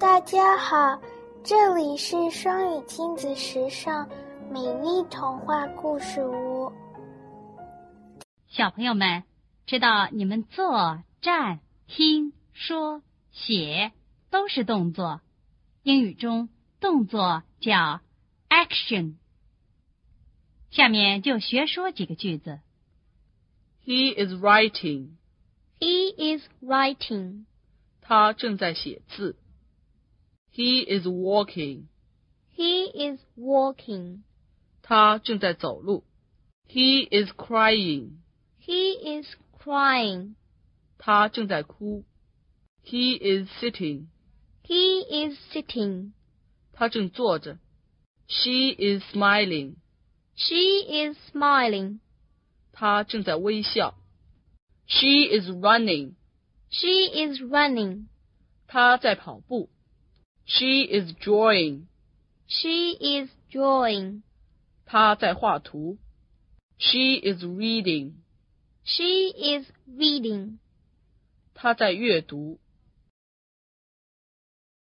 大家好，这里是双语亲子时尚美丽童话故事屋。小朋友们，知道你们坐、站、听、说、写都是动作。英语中动作叫 action。下面就学说几个句子。 He is writing. He is writing. 他正在写字。He is walking. He is walking. 他正在走路。He is crying. He is crying. 他正在哭。He is sitting. He is sitting. 他正坐着。She is smiling. She is smiling. 他正在微笑。She is running. She is running. 他在跑步。She is drawing. She is drawing. 他在画图。She is reading. She is reading. 他在阅读。